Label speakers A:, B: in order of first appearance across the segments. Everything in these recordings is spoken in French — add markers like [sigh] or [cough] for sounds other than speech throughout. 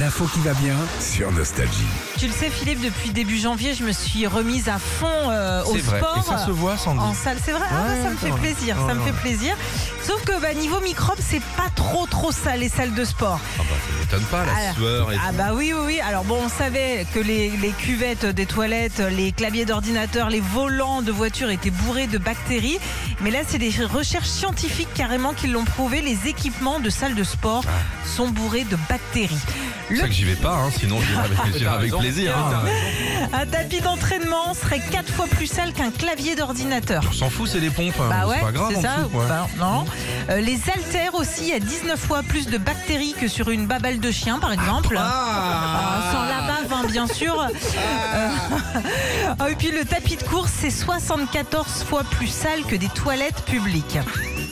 A: L'info qui va bien.
B: sur Nostalgie.
C: Tu le sais, Philippe, depuis début janvier, je me suis remise à fond euh, au
D: C'est vrai.
C: sport.
D: Et ça se voit, Sandy.
C: En salle, c'est vrai. Ah,
D: Ouais,
C: bah, ça me
D: c'est
C: fait
D: vrai.
C: plaisir,
D: Ouais,
C: ça me
D: ouais.
C: fait plaisir. Sauf que bah, niveau microbes, c'est pas trop trop ça les salles de sport.
D: Ah bah, ça m'étonne pas, la
C: Ah,
D: sueur et
C: Ah
D: tout.
C: bah oui, oui, oui. Alors bon, on savait que les, les cuvettes des toilettes, les claviers d'ordinateur, les volants de voiture étaient bourrés de bactéries. Mais là, c'est des recherches scientifiques carrément qui l'ont prouvé. Les équipements de salles de sport sont bourrés de bactéries.
D: C'est
C: Le Bah
D: pour ça que j'y vais
C: [laughs]
D: pas, hein, sinon j'irai avec, j'irai avec
B: raison.
D: plaisir. hein.
C: Un tapis d'entraînement serait quatre fois plus sale qu'un clavier d'ordinateur.
D: On s'en fout, c'est des pompes. hein.
C: Bah ouais,
D: c'est pas grave
C: c'est
D: en
C: ça.
D: dessous, ouais.
C: Bah non. Euh, les haltères aussi, il y a 19 fois plus de bactéries que sur une babelle de chien, par exemple.
D: Ah,
C: Euh, sans la bave, hein, bien sûr. Euh, [laughs] ah, et puis le tapis de course, c'est 74 fois plus sale que des toilettes publiques.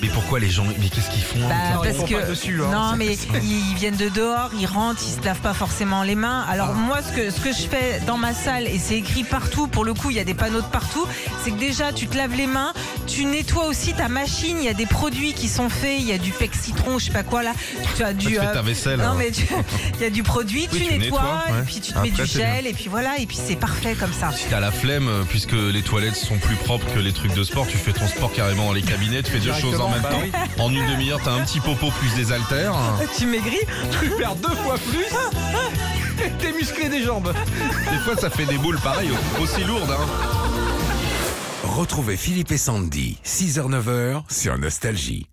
D: Mais pourquoi les gens. Mais qu'est-ce qu'ils font
C: Bah,
D: hein, putain,
C: parce
D: ils vont
C: que
D: pas dessus, hein.
C: non,
D: [laughs]
C: mais ils viennent de dehors, ils rentrent, ils se lavent pas forcément les mains. Alors
D: Ah.
C: moi, ce que ce que je fais dans ma salle et c'est écrit partout, pour le coup, il y a des panneaux de partout, c'est que déjà tu te laves les mains, tu nettoies aussi ta machine. Il y a des produits qui sont faits, il y a du pec citron, je sais pas quoi là. Tu as
D: Tu
C: du
D: fais
C: euh,
D: ta vaisselle.
C: non
D: hein.
C: mais tu- il y a du produit,
D: Oui,
C: tu,
D: tu
C: nettoies,
D: nettoies, ouais.
C: et puis tu te mets
D: Après,
C: du
D: c'est
C: gel, et puis voilà, et puis c'est parfait comme ça.
D: Si t'as la flemme, euh, puisque les toilettes sont plus propres que les trucs de sport, tu fais ton sport carrément dans les cabinets, tu fais deux choses en même temps.
C: Bah
D: En une demi-heure, t'as un petit popo plus des haltères.
C: Tu maigris
B: Tu perds deux fois plus. T'es musclé des jambes.
D: Des fois, ça fait des boules pareilles, aussi lourdes. Hein.
A: Retrouvez Philippe et Sandy, 6h-9h
B: Sur Nostalgie.